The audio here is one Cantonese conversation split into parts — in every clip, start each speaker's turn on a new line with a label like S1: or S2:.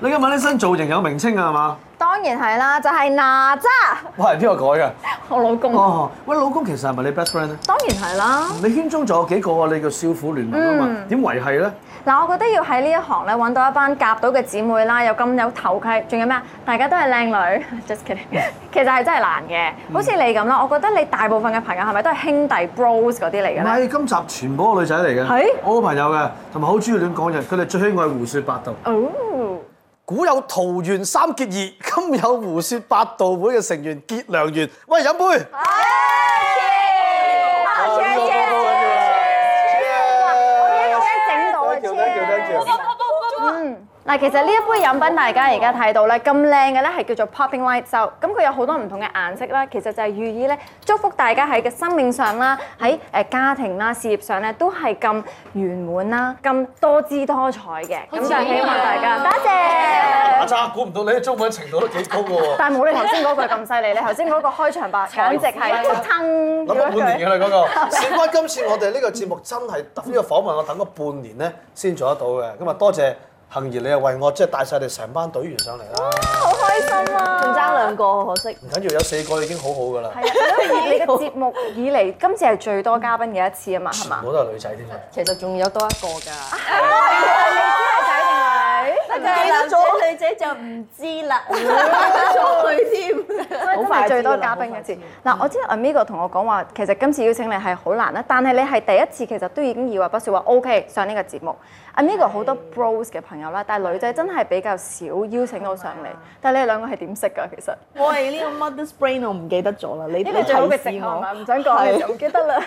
S1: 你今日呢新造型有名稱啊，係嘛？
S2: 當然係啦，就係哪吒，
S1: 哇，係邊個改嘅？
S2: 我老公。
S1: 哦，喂，老公其實係咪你 best friend 咧？
S2: 當然係啦。
S1: 你圈中仲有幾個啊？你叫少婦聯盟啊嘛，
S2: 嗯
S1: 點維係咧？
S2: 嗱，我覺得要喺呢一行咧揾到一班夾到嘅姊妹啦，又咁有頭盔，仲有咩啊？大家都係靚女，just kidding。其實係真係難嘅，好似你咁啦，我覺得你大部分嘅朋友係咪都係兄弟 bros 嗰啲嚟
S1: 唔
S2: 嘅咧？
S1: 係，今集全部都係女仔嚟嘅，
S2: 係
S1: 我個朋友嘅，同埋好中意亂講嘢，佢哋最喜愛胡說八道。
S2: 哦，
S1: 古有桃園三結義， 今有胡說八道會嘅成員結良緣。喂，飲杯！
S2: 啊，cheers，cheers，cheers，cheers，哇我哋一個 friend 整到啊
S1: Thank you, thank you, thank you.
S2: cheers 嗯，嗱，其實呢一杯飲品，大家而家睇到咧咁靚嘅咧，係叫做 Popping White 酒。咁佢有好多唔同嘅顏色啦，其實就係寓意咧，祝福大家喺嘅生命上啦，喺誒家庭啦、事業上咧，都係咁圓滿啦，咁多姿多彩嘅。咁就希望大家多謝。
S1: 渣，估唔到你啲中文程度都幾高嘅喎。
S2: 但係冇你頭先嗰句咁犀利，你頭先嗰個開場白簡直
S3: 啊
S2: 係騰
S1: 諗咗半年啊嘅啦嗰個。事關今次我哋呢個節目真係特呢個訪問，我等咗半年咧先做得到嘅。咁啊，多謝幸兒你啊為我即係帶晒你成班隊員上嚟啦。
S2: 好開心啊！
S3: 仲爭兩個，可惜。
S1: 唔緊要，有四個已經好好㗎啦
S2: 係，啊，你嘅節目以嚟，今次係最多嘉賓嘅一次啊嘛，係
S1: 全
S2: 嘛？
S1: 部都係女仔添啊。
S3: 其實仲有多一個㗎。
S2: 啊你真係仔定女？
S3: 咗女仔就唔知啦，錯佢添。
S2: 真係最多嘉賓嘅一次。嗱，我知道 Amigo 同我講話，其實今次邀請你係好難啦，但係你係第一次，其實都已經二話不説話 OK 上呢個節目。Amigo 好多 bros 嘅朋友啦，但係女仔真係比較少邀請到上嚟。但係你哋兩個係點識㗎？其實
S3: 我係呢個 mother's brain，我唔記得咗啦。你
S2: 呢
S3: 呢
S2: 個
S3: 個
S2: 最
S3: 最
S2: 好
S3: 好
S2: 嘅
S3: 嘅啊藉口
S2: 藉口係咪？唔想講你
S3: 係
S2: 就唔記得啦。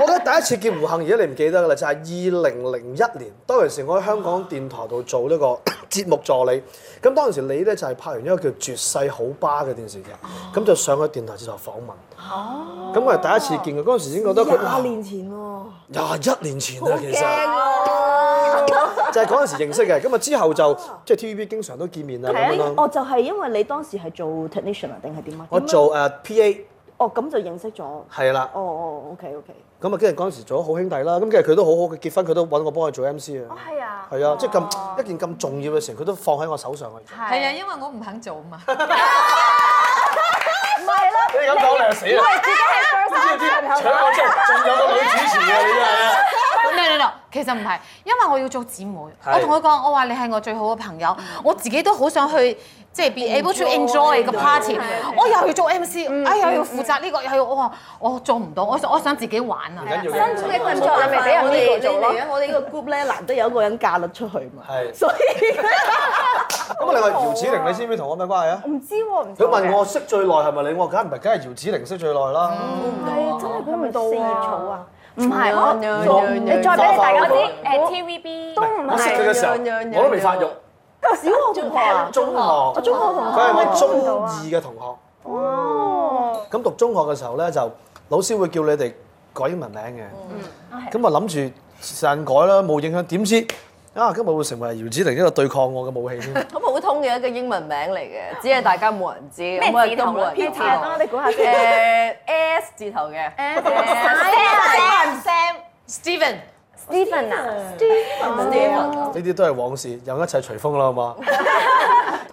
S1: 我覺得第一次見胡杏兒，你唔記得㗎啦，就係二零零一年，當其時我喺香港電台度做呢個 節目助理。咁當時你咧就係拍完一個叫《絕世好巴》嘅電視劇，咁就上去電台接受訪問。哦，咁我係第一次見佢，嗰陣時已經覺得佢哇
S3: 廿年前喎，
S1: 廿一年前啦，其實。
S3: 驚
S1: 就係嗰陣時認識嘅，咁啊之後就即係 TVB 經常都見面啊咁樣
S3: 我
S1: 咯。
S3: 就係因為你當時係做 technician à? 啊，定係點啊？
S1: 我做誒 PA
S3: 哦，咁就認識咗。哦
S1: 係啦，
S3: 哦，OK OK。
S1: 咁啊跟住嗰陣時做咗好兄弟啦，咁跟住佢都好好，佢結婚佢都揾我幫佢做 MC 啊。
S2: 係啊
S1: 係啊，即係咁一件咁重要嘅事，佢都放喺我手上嘅。你
S4: 係哦啊，因為我唔肯做 嘛。
S1: 咁講你就死 啦！知唔知搶我之後，仲有個女主持嘅你真係。
S4: 唔係唔係，其實唔係，因為我要做姊妹。
S1: 係嗯
S4: 我同佢講，我話你係我最好嘅朋友，我自己都好想去即係 be able to enjoy 個 party。我又要做 MC，
S1: 嗯
S4: 哎又要負責呢個，又要我話我做唔到，我想我想自己玩啊
S1: 唔。緊要
S2: 辛苦
S1: 嘅。
S2: 嘅工作你咪俾人呢個做咯。
S3: 我哋呢個 group 咧，難得有一個人嫁咗出去嘛，
S1: 係
S3: 所以
S1: 咁啊，另外姚子玲，你知唔知同我咩關係啊？
S2: 唔知喎，唔知
S1: 佢問我識最耐係咪你？我話梗唔係，梗係姚子玲識最耐啦。
S2: 係真係估唔到
S3: 四葉草啊！
S2: 唔係，我你再俾你大家知，誒 TVB 都唔
S1: 我識佢嘅時候，我都未發育。
S3: 小學同學啊，
S1: 中學，
S3: 中學同學
S1: 佢係我中二嘅同學。哦，咁讀中學嘅時候咧，就老師會叫你哋改英文名
S3: 嗯
S1: 嘅。咁啊諗住時間改啦，冇影響。點知啊，今日會成為姚子玲一個對抗我嘅武器 添。
S5: 咁好通嘅一個英文名嚟嘅，只係大家冇人知，每日都
S2: 啊
S5: 冇
S4: 啊
S5: 人知道。
S2: 你估下先。
S5: 誒 S 字頭嘅，
S2: 哎
S4: Sam、Steven，
S2: Stephen 啊
S1: 呢啲都係往事，又一切隨風啦，好嘛？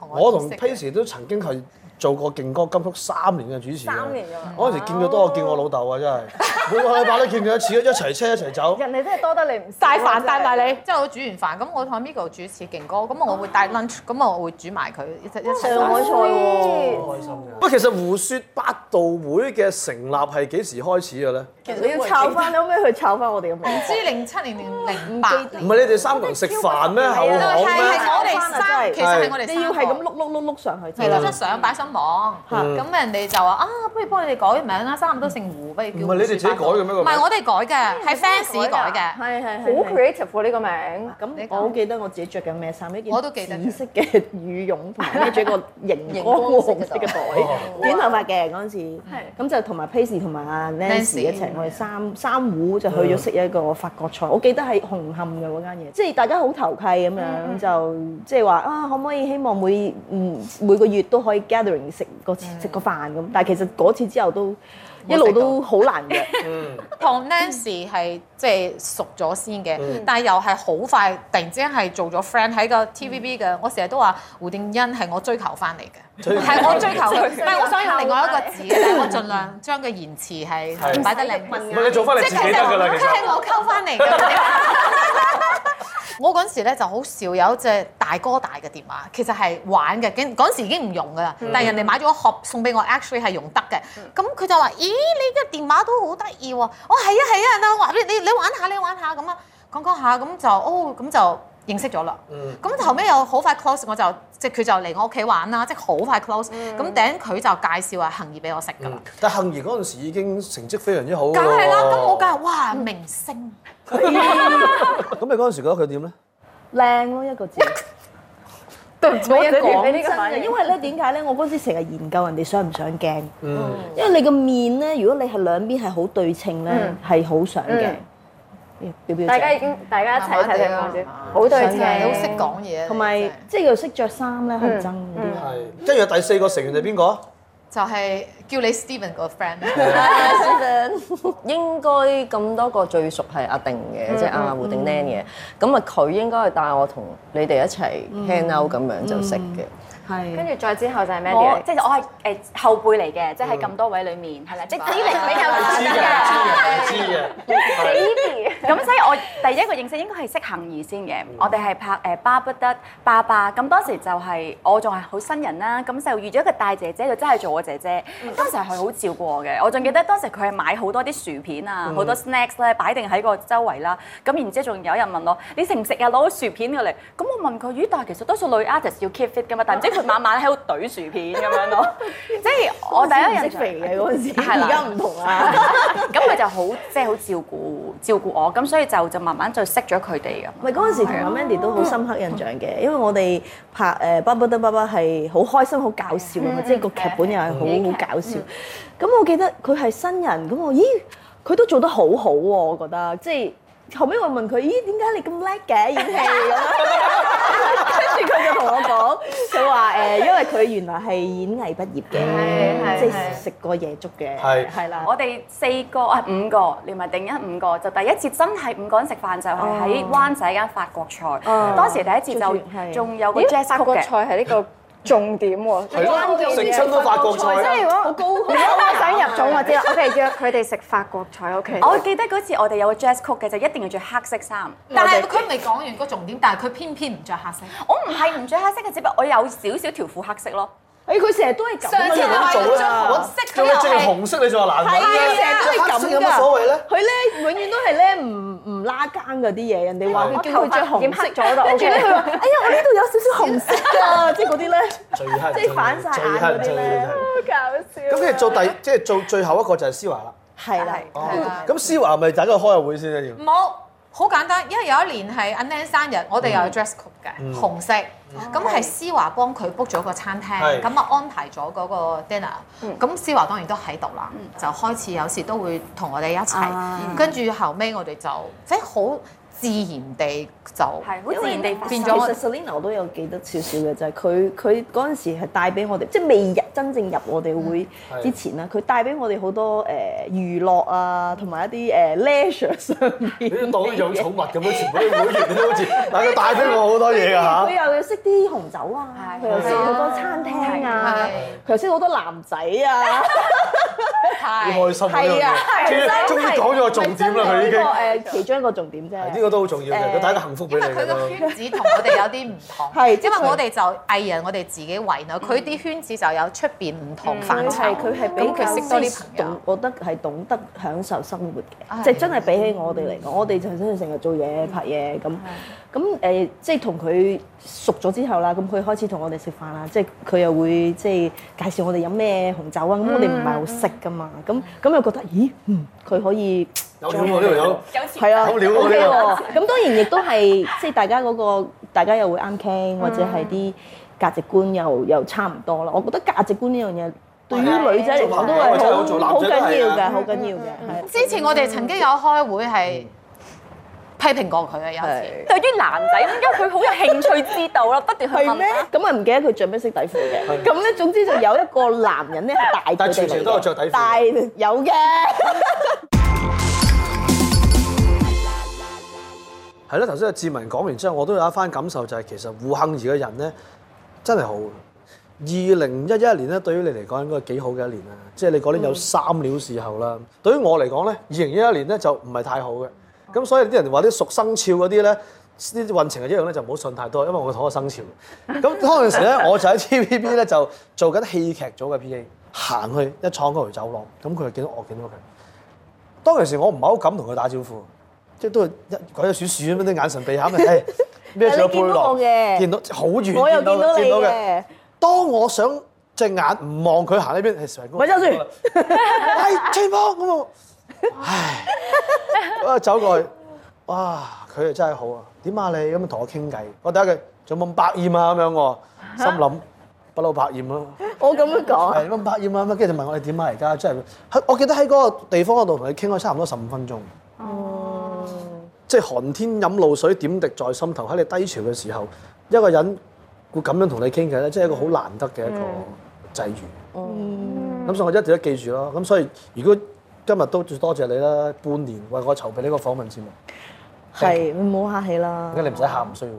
S1: 我同 Pace 都曾經係做過勁歌金曲三年嘅主持嘅。
S2: 三年㗎啦
S1: 嗰陣時見佢多過見我老豆啊，真係。每個禮拜都見佢一次，一齊車一齊走。
S2: 人哋真係多得你唔少
S6: 大
S2: 啊
S6: 飯帶埋你。
S4: 之後我煮完飯，咁我同阿 Migo 煮次勁哥，咁我會帶 lunch，咁我會煮埋佢一齊一齊。
S3: 上海菜
S2: à.
S3: 喎，
S2: 哦
S1: 開心嘅。不過其實胡說八道會嘅成立係幾時開始嘅咧？
S6: 你要抄翻，你可唔可以去抄翻我哋嘅名
S4: 唔？知零七年定零八年，
S1: 唔係你哋三個人食飯咩？啊後巷
S4: 係啊
S1: 咩？
S4: 係我哋三，其實係我哋
S6: 你
S4: 三
S6: 要
S4: 個
S6: 係咁碌碌碌碌上去。
S1: 嗯
S4: 影咗張相擺上網，咁人哋就話啊，不如幫你哋改名啦，三個都姓胡，不如叫
S1: 唔係你哋自己改嘅咩個名
S4: 唔係我哋改嘅，係 fans 改嘅。
S6: 係係
S2: 好
S6: 係。
S2: creative 喎呢個名。
S6: 咁我好記得我自己着緊咩衫，一件
S4: 我都記得
S6: 紫色嘅羽絨，同 埋孭住一個熒光黃色嘅袋，短頭髮嘅嗰陣時，咁就同埋 Pace 同埋阿 Nancy
S4: Nancy
S6: 一齊，我哋三三胡就去咗食一個法國菜，我記得係紅磡嘅嗰間嘢，即係大家好投契咁樣，就即係話啊，可唔可以希望每嗯每個月都可以 gathering 食個食個飯咁，但係其實嗰次之後都一路都好難 嘅，
S4: 同 Nancy 係即係熟咗先嘅，
S1: 嗯
S4: 但係又係好快，突然之間係做咗 friend 喺個 TVB
S1: 嗯
S4: 嘅。我成日都話胡定欣係我追求翻嚟嘅，係我追求 佢。唔係我想用另外一個字，但係我盡量將個言辭係擺得靚啲。
S1: 唔係你做翻你自己得㗎啦，其
S4: 即
S1: 實。
S4: 係我溝翻嚟嘅。 我嗰陣時咧就好少有一隻大哥大嘅電話，其實係玩嘅，經嗰陣時已經唔用噶啦。但係人哋買咗個盒送俾我，actually 係用得嘅。咁佢就話：咦，你嘅電話都好得意喎！我係啊係啊，嗱，我話俾你，你你玩下，你玩下咁啊，講講下咁就哦，咁就認識咗啦。咁後尾又好快 close，我就即係佢就嚟我屋企玩啦，即係好快 close。咁頂佢就介紹啊杏兒俾我識噶啦。
S1: 嗯但杏兒嗰陣時已經成績非常之好。
S4: 梗係啦，咁我梗係哇明星。
S1: 咁你嗰陣時覺得佢點咧？
S6: 靚咯一個字。
S2: 對唔住，我講
S6: 講真
S2: 呢個
S6: 嘅，
S2: 反
S6: 因
S2: 應。嗯
S6: 為咧點解咧？我嗰時成日研究人哋上唔上鏡，
S1: 嗯
S6: 因為你個面咧，如果你係兩邊係好對稱咧，係好上鏡。表表
S2: 嗯大家已
S6: 姐，
S2: 經
S4: 啊
S2: 大家一齊睇睇嗰陣時，啊好對
S4: 你好識
S2: 稱。
S4: 講嘢，
S6: 同埋
S4: 你
S6: 即係又識着衫
S2: 嗯
S6: 咧，好憎嗰啲。啊
S1: 係。跟住第四個成員係邊個？
S4: 真係就係叫你 Steven 個 friend，
S5: 應該咁多個最熟係阿定嘅，
S4: 嗯
S5: 即係阿胡定 Nan 嘅。咁啊，佢應該係帶我同你哋一齊 hang out 咁樣就識嘅。
S4: 嗯
S6: 係
S2: 嗯跟住再之後就係咩嗯
S7: 我
S2: 嘢？
S7: 即係我係誒後輩嚟嘅，即係喺咁多位裡面係啦，即係子玲比較
S1: 知嘅，知嘅，知嘅。
S7: 咁所以我第一個認識應該係識杏兒先
S6: 嗯
S7: 嘅，我哋係拍誒巴不得爸爸，咁當時就係我仲係好新人啦，咁就遇咗一個大姐姐，就真係做我姐姐，
S6: 嗯
S7: 當時係好照顧我嘅，我仲記得當時佢係買好多啲薯片啊，
S6: 嗯
S7: 好多 snacks 咧擺定喺個周圍啦，咁然之後仲有人問我你食唔食啊，攞啲薯片過嚟，咁我問佢咦，但係其實多數女 artist 要 keep fit 噶嘛，但唔知佢晚晚喺度懟薯片咁樣 咯，即係我第一印
S6: 識
S7: 象。
S6: 肥嘅嗰陣時，
S7: 係啦
S6: 而家唔同啦。
S7: 咁佢就好即係好照顧照顧我，咁所以就就慢慢就識咗佢哋咁。
S6: 咪嗰陣時同阿 Mandy 都好深刻印象嘅，因為我哋拍誒《巴不得爸爸》係好開心、好搞笑啊嘛，即係個劇本又係好好搞笑。咁我記得佢係新人，咁我咦佢都做得好好喎，我覺得即係後尾我問佢咦點解你咁叻嘅演戲咁樣，跟住佢就同我講，佢話誒因為佢原來係演藝畢業嘅，即係食過夜粥嘅，
S1: 係
S6: 係啦。
S7: 我哋四個啊五個連埋定一五個，就第一次真係五個人食飯就係
S2: 哦
S7: 喺灣仔間法國菜。當時第一次
S6: 最最係
S7: 就仲有個
S2: 咦，
S7: jazz
S2: 法
S7: 曲
S2: 國
S7: 嘅。
S2: 菜係呢個重點 喎。
S1: 係咯，食親都法國
S2: 即係
S1: 菜。
S2: 如果好高，如果我想入種，我知啦。我哋約佢哋食法國菜，OK。
S7: 我記得嗰次我哋有個 jazz 曲嘅，就一定要着黑色衫。
S4: 但係佢未講完個重點，但係佢偏偏唔着黑色。
S7: 我唔係唔 着黑色嘅，只不過 我有少少條褲黑色咯。
S6: 誒佢成日都係咁啊
S4: 上
S6: 嘅
S4: 次
S6: 人
S4: 話
S1: 做
S4: 要
S1: 啦
S4: 着紅色，佢
S1: 仲
S4: 又
S1: 要淨係
S4: 係
S1: 啊紅色，你仲話難睇
S6: 係啊
S1: 黑色有乜所謂咧？
S6: 佢咧永遠都係咧唔唔拉更嗰啲嘢，人哋話佢啊叫佢着紅色，
S2: 咗就
S6: 跟住咧佢話：哎呀，我呢度有少少紅色 㗎，即係嗰啲咧，
S1: 最黑人憎
S6: 即係反晒眼嗰啲咧，
S1: 最黑人憎嗰啲真係咁跟住做第即係做最後一個就係思華啦。
S6: 係啦。
S1: 哦，咁思華咪大家開下會先啊咧要。
S4: 冇好簡單，因為有一年係阿 Nan 生日，我哋又有 dress code 嘅紅色，咁係思華幫佢 book 咗個餐
S1: 係
S4: 廳，咁啊安排咗嗰個 dinner，咁思華當然都喺度啦，就開始有時都會同我哋一齊，跟住後尾我哋就即係好自然地就
S7: 係好自然地
S4: 變
S6: 其
S4: 咗我
S6: 實 Selina 我都有記得少少嘅，就係佢佢嗰陣時係帶俾我哋，即係未入真正入我哋會
S1: 嗯係
S6: 之前啦，佢帶俾我哋好多誒娛樂啊，同埋一啲誒 leisure 上
S1: 你
S6: 面。
S1: 當養寵物咁樣，全部啲會員你都好似，但係佢帶俾我好多嘢㗎啊嚇
S6: 佢。又要識啲紅酒啊，佢又識好多餐廳啊
S4: 係，
S6: 佢又識好多男仔啊。
S1: 幾
S4: 係
S1: 開心啊！呢樣嘢
S6: 係啊
S1: 終於終於講咗個重點啦，佢已經係
S6: 呢個誒其中一個重點
S1: 呢個
S6: 啫。
S1: 都好重要嘅，佢帶個幸福俾
S4: 因
S1: 你
S4: 為佢
S1: 㗎
S4: 個
S1: 嘛。
S4: 圈子同我哋有啲唔同，
S6: 係即
S4: 因
S6: 係
S4: 為我哋就藝人，我哋自己圍內，佢啲圈子就有出邊唔同範
S6: 佢
S4: 疇
S6: 嗯係，佢係
S4: 咁
S6: 比較
S4: 佢識多啲朋友
S6: 懂。，我覺得係懂得享受生活
S4: 係
S6: 嘅，即係真係比起我哋嚟講，我哋就真係成日做嘢拍嘢咁，咁誒即係同佢熟咗之後啦，咁佢開始同我哋食飯啦，即係佢又會即係介紹我哋飲咩紅酒啊，咁我哋唔係好識噶嘛，咁咁又覺得咦，嗯，佢可以
S1: 有料喎呢度有，
S6: 係啊
S1: 有料喎
S6: OK
S1: 呢
S6: 喎。咁當然亦都係 即係大家嗰、個大家又會啱傾，或者係啲價值觀又又差唔多啦。我覺得價值觀呢樣嘢對於女仔嚟講都
S1: 做男仔都係啊
S6: 係
S1: 做
S6: 好好
S1: 男仔都係啊
S6: 緊要嘅，好緊要嘅。係
S4: 之前我哋曾經有開會係批評過佢嘅有一次。
S5: 係
S7: 對於男仔，因為佢好有興趣知道啦，不斷去
S6: 係
S7: 問
S6: 咩
S7: 啦。？
S6: 咁啊唔記得佢着咩色底褲嘅。咁咧總之就有一個男人咧係大
S1: 但
S6: 佢
S1: 係全
S6: 哋
S1: 程
S6: 嚟
S1: 都有
S6: 嘅
S1: 着底褲
S6: 大有嘅。
S1: 係啦，頭先阿志文講完之後，我都有一番感受，就係其實胡杏兒嘅人咧真係好嘅。二零一一年咧，對於你嚟講應該係幾好嘅一年啦，啊即係你嗰年有三料事後啦。對於我嚟講咧，二零一一年咧就唔係太好嘅，咁所以啲人話啲屬生肖嗰啲咧，呢啲運程係一樣咧，就唔好信太多，因為我同我生肖。咁嗰陣時咧，我就喺 TVB 咧就做緊戲劇組嘅 PA，行去一廠嗰條走廊，咁佢就見到我見到佢。當其時我唔係好敢同佢打招呼，即係都係一鬼咗鼠鼠咁樣啲眼神避下咪，唉孭住個背囊，
S6: 但你
S1: 見到好遠，
S6: 我又見
S1: 見
S6: 到你
S1: 見
S6: 嘅。
S1: 當我想隻眼唔望佢行呢邊，係成個。
S6: 咪走先
S1: 係翠芳咁我，唉， 我走過去，哇！佢啊真係好啊，點啊你咁樣同我傾偈，我第一句仲冇咁百厭啊咁樣喎，心諗不嬲百厭咯。
S6: 我咁樣講，
S1: 係咁百厭啊咁，跟住就問我哋點啊而家，真係喺我記得喺嗰個地方嗰度同佢傾咗差唔多十五分鐘。哦，即係寒天飲露水，點滴在心頭。喺你低潮嘅時候，一個人會咁樣同你傾偈咧，即係一個好難得嘅一個際遇。咁所以我一直都記住咯。咁所以如果今日都最多謝你啦，半年為我籌備呢個訪問節目，
S6: 係唔好客氣啦
S1: 點解。你唔使喊唔需要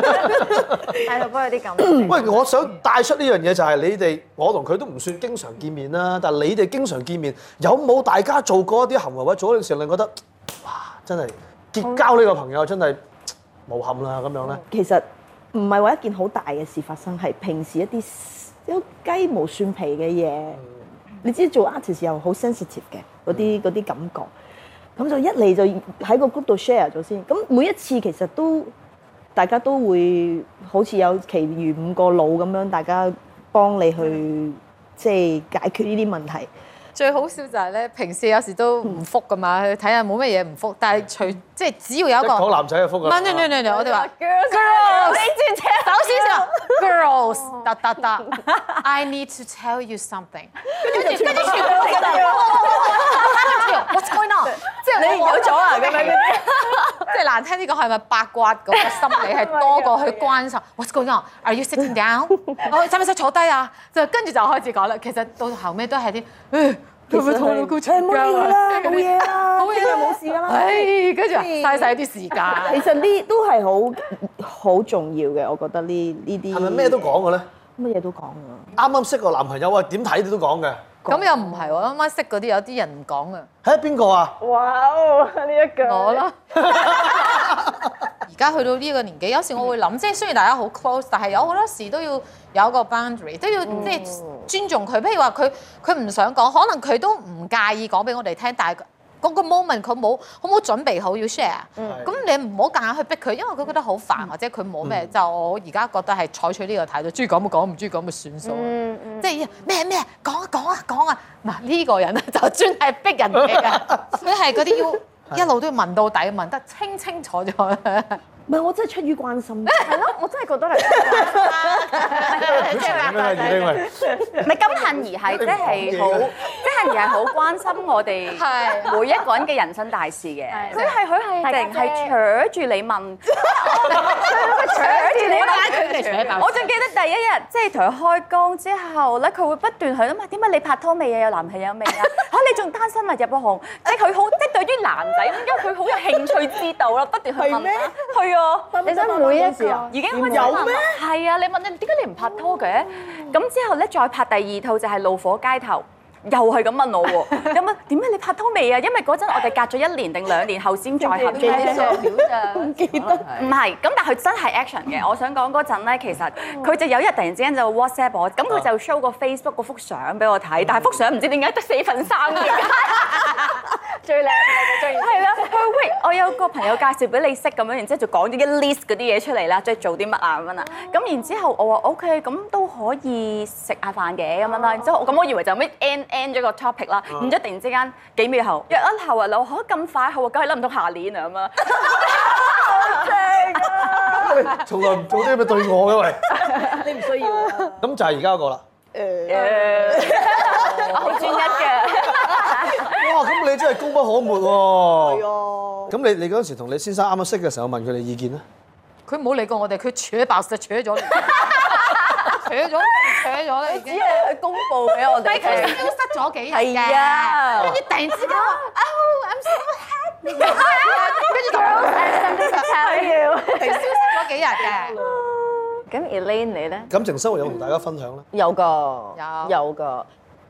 S1: 嘅？
S2: 係咯，不過有啲 咁。
S1: 喂，我想帶出呢樣嘢就係你哋，我同佢都唔算經常見面啦，但係你哋經常見面，有冇大家做過一啲行為或者做嗰陣時令覺得哇，真係結交呢個朋友真係無憾啦咁樣咧？
S6: 其實唔係話一件好大嘅事發生，係平時一啲一啲雞毛蒜皮嘅嘢。
S4: 嗯
S6: 你知做 artist 又好 sensitive 嘅嗰啲
S4: 嗯
S6: 嗰啲感覺，咁就一嚟就喺個 group 度 share 咗先。咁每一次其實都大家都會好似有其餘五個腦咁樣，大家幫你
S4: 嗯
S6: 去即係解決呢啲問題。
S4: 最好笑就係咧，平時有時都唔復噶嘛，去睇下冇乜嘢唔復，但係除即係只要有
S1: 一
S4: 一個
S1: 講男仔嘅福
S4: 唔
S1: 㗎，
S4: 係 no no no no，我哋話
S7: girls，你轉車
S4: 首先就話 girls 得得得，I need to tell you something，跟住跟住全部都覺得 what's going on，即係你有咗啊咁樣，即係難聽啲講係咪八卦嗰個心理係多過去關心 what's going on，are you sitting down，我使唔使坐低啊？就跟住就開始講啦，其實到後尾都係啲，唉會唔會同老公出
S6: 誒冇嘢
S4: 交啊哎
S6: 啦，？哎冇嘢啦，
S4: 冇嘢啦
S6: 冇事㗎啦。
S4: 唉，跟住話嘥晒啲時間。
S6: 其實呢都係好好重要嘅，我覺得呢呢啲
S1: 係咪咩都講嘅咧？
S6: 乜嘢都講啊！
S1: 啱啱識個男朋友啊，點睇你都講嘅。
S4: 咁又唔係喎，啱啱識嗰啲有啲人唔講啊，
S1: 係邊個啊？
S7: 哦
S4: 我啦。而家去到呢個年紀，有時我會諗，即係雖然大家好 close，但係有好多時都要有一個 boundary，都要即係尊重佢。譬如話佢佢唔想講，可能佢都唔介意講俾我哋聽，但係嗰個 moment 佢冇好冇準備好要 share。咁你唔好夾硬去逼佢，因為佢覺得好煩，或者佢冇咩。就我而家覺得係採取呢個態度，中意講咪講，唔中意講咪算數。啊即係咩咩講啊講啊講啊！嗱呢個人咧就專係逼人哋嘅，佢係嗰啲要一路都要問到底，問得清清楚楚。
S6: 唔係我真係出於關心。
S2: 係咯，我真係覺 得係。
S1: 佢成咁樣啊啦，已經係。
S7: 唔係金恨兒係即係好，即恨兒係好關心我哋
S4: 係
S7: 每一個人嘅人生大事嘅。
S2: 係
S7: 佢係佢係
S2: 大家
S7: 定係
S2: 姐
S7: 扯住 你問，
S4: 扯住你拉佢哋扯爆
S7: 我仲記得第一日即係同佢開工之後咧，佢會不斷去諗啊，點解你拍拖未啊？有男朋友未 啊？嚇你仲單身啊？入咗行，即係佢好即係對於男仔，因為佢好有興趣知道啦，不斷去問啦。係啊。
S2: 你想每一個
S6: 啊
S7: 已經開始有咩？係啊，你問你點解你唔拍拖嘅？咁之後咧，再拍第二套就係《怒火街頭》。又係咁問我喎，有問點解你拍拖未啊？因為嗰陣我哋隔咗一年定兩年後先再合作。唔係，咁但係佢真係 action 嘅。我想講嗰陣咧，其實佢就有一日突然之間就 WhatsApp 我，咁佢就 show 個 Facebook 嗰幅相俾我睇，但係幅相唔知點解得四分三嘅。
S2: 最靚嘅最
S7: 係啦，佢話喂，我有個朋友介紹俾你識咁樣，然之後就講咗一 list 嗰啲嘢出嚟啦，即係做啲乜啊咁樣啦。咁然之後我話 OK，咁都可以食下飯嘅咁樣啦。然之後我咁我以為就咁樣 end end 咗個 topic 啦，然之後突然之間幾秒後約一後啊，我話嚇咁快，後啊，梗係諗唔到下年啊咁樣。
S1: 你 從來唔做啲咁嘅對我嘅喂。 你唔需要。啊咁就係而家嗰個啦。哦
S7: 我好專一嘅，
S1: 哇！咁你真係功不可沒喎。係啊。咁你你嗰陣時同你先生啱啱識嘅時候，問佢哋意見咧？
S4: 佢冇理過我哋，佢扯爆就扯咗你，扯咗扯咗啦已經。
S3: 係公佈俾我
S4: 但係
S3: 哋
S4: 佢
S3: 聽。
S4: 消失咗幾日
S3: 係啊
S4: 嘅，跟住突然之間話，Oh I'm so happy，跟住佢佢消失咗幾日嘅，
S7: 咁 Elaine 你咧？
S1: 感情生活有冇同大家分享咧？
S5: 有㗎，
S4: 有
S5: 有㗎，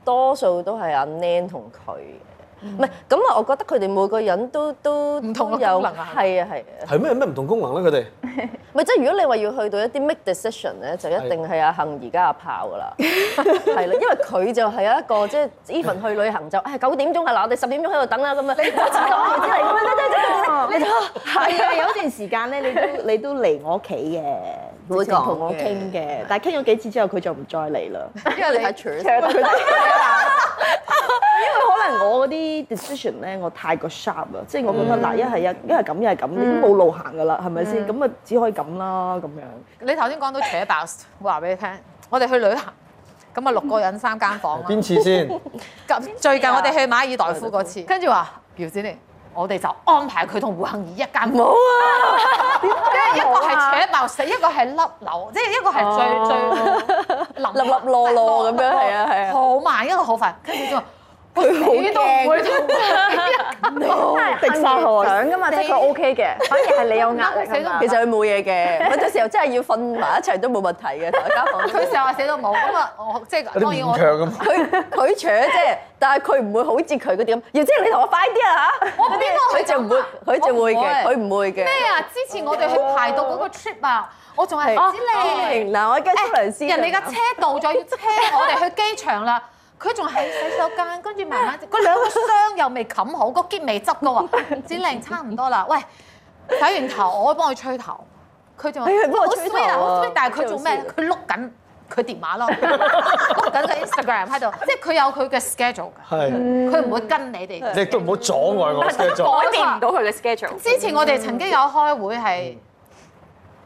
S5: 多數都係阿 Nan 同佢嘅，唔係咁啊！我覺得佢哋每個人都都
S4: 嗯唔同嘅
S5: 都有
S4: 功能啊
S5: 係啊係啊，
S1: 係咩咩唔同功能咧？佢哋
S5: 咪即係如果你話要去到一啲 make decision 咧，就一定係阿杏而家阿炮㗎啦，係啦，因為佢就係一個即係 even 去旅行就誒九點鐘係啦，我哋十點鐘喺度等啦咁啊樣，你
S6: 係啊，有段時間咧，你都你都嚟我屋企嘅，
S5: 會
S6: 直情
S5: 講
S6: 同我傾嘅，但係傾咗幾次之後，佢就唔再嚟啦。
S5: 因為你係 t
S6: 因為可能我嗰啲 decision 咧，我太過 sharp 啊啦，即係我覺得嗱，一係一，一係咁，一係咁，你都冇路行噶啦，係咪先？咁啊，只可以咁啦，咁樣。
S4: 你頭先講到扯爆，我話俾你聽，我哋去旅行。咁啊，六個人三間房啦。啊
S1: 邊次 先？
S4: 咁最
S5: 啊
S4: 近我哋去馬爾代夫嗰次，跟住話姚子玲，我哋就安排佢同胡杏兒一間冇啊！跟住一個係扯爆死，一個係甩樓，即係一個係最最冧
S5: 立立哦落落咁樣係啊係啊
S4: 好慢一個好快，跟住就話我死都唔會同胡杏兒一間
S2: 好，
S6: 滴沙河
S2: 想噶嘛，即係佢 OK 嘅，反而係你有壓力
S4: 死都唔
S2: 啊
S5: 其
S2: 嘛。
S5: 實佢冇 嘢嘅，有陣時候真係要瞓埋一齊都冇問題嘅，大家房。
S4: 佢成日話死都冇，咁啊我即係
S1: 有啲
S4: 當然
S1: 勉
S4: 我
S1: 強咁。
S5: 佢佢扯啫，但係佢唔會好似佢嗰啲咁，姚姐你同我快啲啊嚇！
S4: 我邊個啊
S5: 佢就唔會，佢就會嘅，
S4: 我
S5: 佢唔會嘅。
S4: 咩啊？之前我哋去排到嗰個 trip 啊，我仲係
S5: 係？
S4: 子玲。
S5: 哦嗱，我而家出糧先。
S4: 人哋架車到咗，要車我哋去機場啦。佢仲喺洗手間，跟住 慢慢，嗰兩個箱又未冚好，個結未執嘅喎，子玲差唔多啦。喂，洗完頭我幫佢吹頭，佢仲話
S5: 哎呀幫我
S4: 好
S5: 吹頭
S4: sweet 啊，好
S5: 啊
S4: sweet，但係佢做咩？佢碌緊佢電話咯， 碌緊佢 Instagram 喺度，即係佢有佢嘅 schedule
S1: 係，
S5: 嗯
S4: 嘅，佢唔會跟你哋。
S1: 你都唔好阻礙我嘅做。
S7: 改變唔到佢嘅 schedule。
S4: 之前我哋曾經有開會
S5: 嗯
S4: 係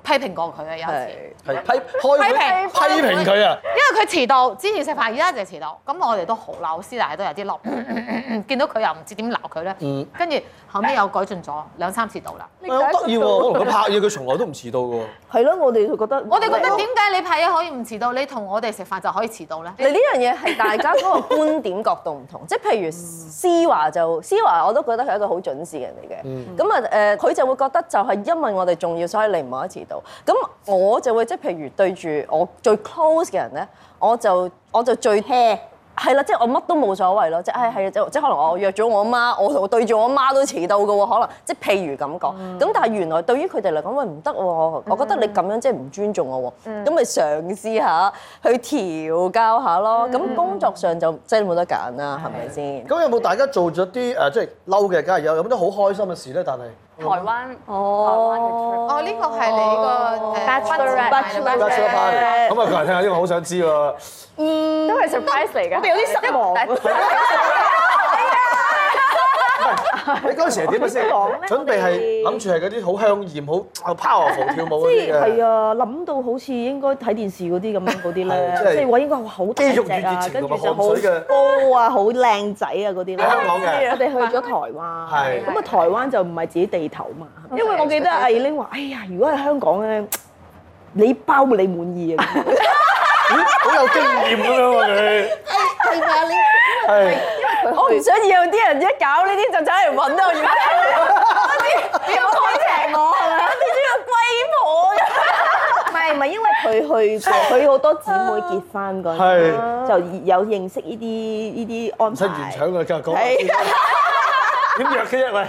S4: 批評過佢嘅有一次。
S1: 係批開會
S4: 批評
S1: 批評佢啊！
S4: 因為佢遲到，之前食飯，而家就遲到，咁我哋都好嬲，師奶都有啲嬲，見到佢又唔知點鬧佢咧
S1: 嗯，
S4: 跟住後尾又改進咗兩三次到啦。
S1: 喂好得意喎！我同佢拍嘢，佢從來都唔遲到嘅喎。
S6: 係咯，我哋就覺得
S4: 我哋覺得點解你拍嘢可以唔遲到，你同我哋食飯就可以遲到咧？
S5: 你呢樣嘢係大家嗰個觀點角度唔同， 即係譬如思華就思華，我都覺得佢係一個好準時嘅人嚟嘅。咁啊誒，佢就會覺得就係因為我哋重要，所以你唔可以遲到。咁我就會即係譬如對住我最 close 嘅人咧，我就我就最 hea。係啦，即係我乜都冇所謂咯，即係唉係啊即即係可能我約咗我媽，我我對住我媽都遲到嘅喎，可能即係譬如咁講，咁、但係原來對於佢哋嚟講，喂唔得喎，我覺得你咁樣即係唔尊重我喎，咁咪、嘗試下去調教下咯，咁、工作上就真係冇得揀啦，嗯係咪先？
S1: 咁有冇大家做咗啲誒，即係嬲嘅，梗係有。有冇啲好開心嘅事咧？但係
S7: 台灣
S6: 哦，
S4: 哦，呢個係你個
S2: Bachelorette
S1: bachelor party，咁啊，佢嚟聽下，因為我好想知喎。
S2: 都 係 surprise 嚟嘅。
S6: 有啲失望。
S1: Tôi 你嗰陣時係點啊先？準備係諗住係嗰啲好香豔、好 powerful 跳舞嗰
S6: 即係
S1: 啲
S6: 係
S1: 嘅，
S6: 啊，諗到好似應該睇電視嗰啲咁 樣嗰啲咧
S1: 係，即係
S6: 即係話應該話好大
S1: 肌肉
S6: 隻
S1: 與熱
S6: 啊，
S1: 情
S6: 跟
S1: 同
S6: 住
S1: 埋
S6: 就
S1: 汗
S6: 好
S1: 水嘅
S6: 高啊，好靚仔啊嗰啲咧。
S1: 喺香港嘅
S6: 我哋去咗台灣，
S1: 係
S6: 咁啊台灣就唔係自己地頭嘛，因為我記得阿 Elaine 話：哎呀，如果喺香港咧，你包你滿意啊！
S1: 咦好有經驗咁樣喎佢。
S3: 係咪啊？你
S1: 係
S5: 我唔想要啲人一搞呢啲就走嚟揾我，而家點開平我係咪？啲呢個龜婆嘅。
S6: 唔係唔係，因為佢去過，佢好多姊妹結婚嗰陣，
S1: 係
S6: 就有認識呢啲呢啲安
S1: 唔使原
S6: 排。
S1: 腸啦，繼續講。
S6: 係
S1: 點約嘅啫喂？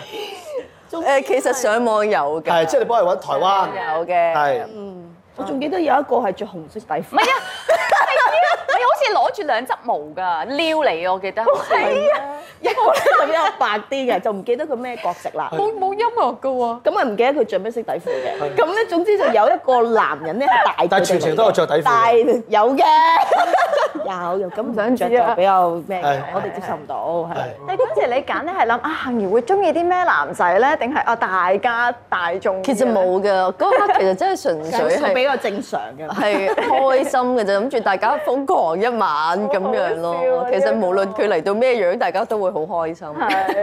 S5: 誒， 其實上網有㗎，
S1: 係即係你幫佢揾台灣。
S5: 有嘅。
S1: 係
S6: 我仲記得有一個係着紅色底褲。
S7: 係啊，你好似攞住兩執毛㗎，撩你我記得。係啊，
S6: 一個咧就比較白啲嘅，就唔記得佢咩國籍啦。
S4: 冇冇音樂嘅喎。
S6: 咁啊唔記得佢着咩色底褲嘅。咁咧總之就有一個男人咧係大隻嘅，
S1: 但係全程都有着底褲嘅
S6: 大有 嘅，有有咁唔想着
S4: 啊
S6: 就比較咩嘅
S1: 係，
S6: 我哋接受唔到係
S1: 係。。
S2: 你嗰陣時你揀咧係諗啊，行完會中意啲咩男仔咧，定係啊大家大眾？
S5: 其實冇㗎，嗰刻其實真係純粹
S6: 咁
S5: 係
S6: 比。較正常嘅。
S5: 係開心嘅啫，諗住大家瘋狂一晚咁樣咯。
S2: 啊
S5: 其實無論佢嚟到咩樣，大家都會好開心。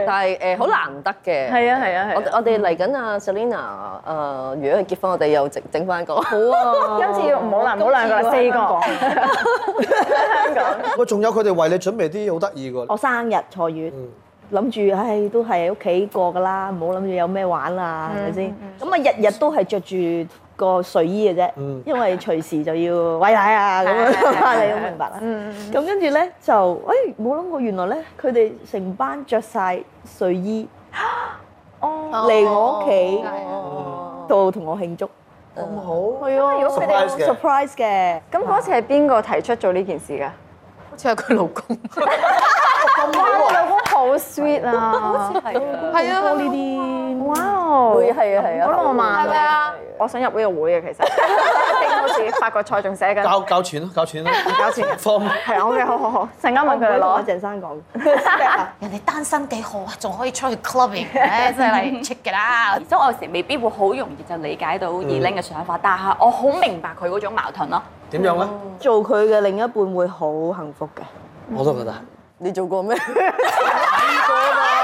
S5: 但係誒好難得嘅。
S2: 係啊係啊
S5: 我
S2: 係啊。
S5: 我哋嚟緊啊，Selina 呃誒，如果佢結婚，我哋又整整翻個。好
S6: 啊
S2: 今次要唔好啦，唔好兩個啦，四 個。
S1: 喂，仲有佢哋為你準備啲好得意嘅喎
S6: 我。生日坐月，諗住唉都係喺屋企過㗎啦，唔好諗住有咩玩啦，係咪先？咁啊日日都係着住個睡衣嘅啫，因為隨時就要餵奶啊咁樣， 你都明白啦。咁跟住咧就誒冇諗過，原來咧佢哋成班着晒睡衣嚟我屋企度同我慶祝
S2: 係啊，如果佢哋
S1: ，surprise 嘅。
S6: ，surprise 嘅。
S2: 咁嗰次係邊個提出做呢件事㗎？
S4: 好似係佢老公。
S2: 哇，老公好 sweet 啊！
S4: 係啊，
S6: 呢啲
S2: 哇哦，
S5: 會係啊係啊
S2: 好浪漫
S4: 係咪？啊？
S2: 我想入呢個會嘅 其實，聽好似法國菜仲寫緊，
S1: 搞搞錢咯，搞錢咯，
S2: 搞錢
S1: 放
S2: 係啊，OK，好好好，陣間問佢哋
S6: 同阿
S2: 攞。
S6: 鄭生講。
S4: 人哋單身幾好啊，仲可以出去 clubbing 咧， 真係嚟 check 㗎啦。
S7: 所以我有時未必會好容易就理解到二 l 嘅想法，但係我好明白佢嗰種矛盾咯。
S1: 點樣咧？
S6: 做佢嘅另一半會好幸福嘅。
S1: 我都覺得。
S5: 你做過咩？
S1: 呢個啊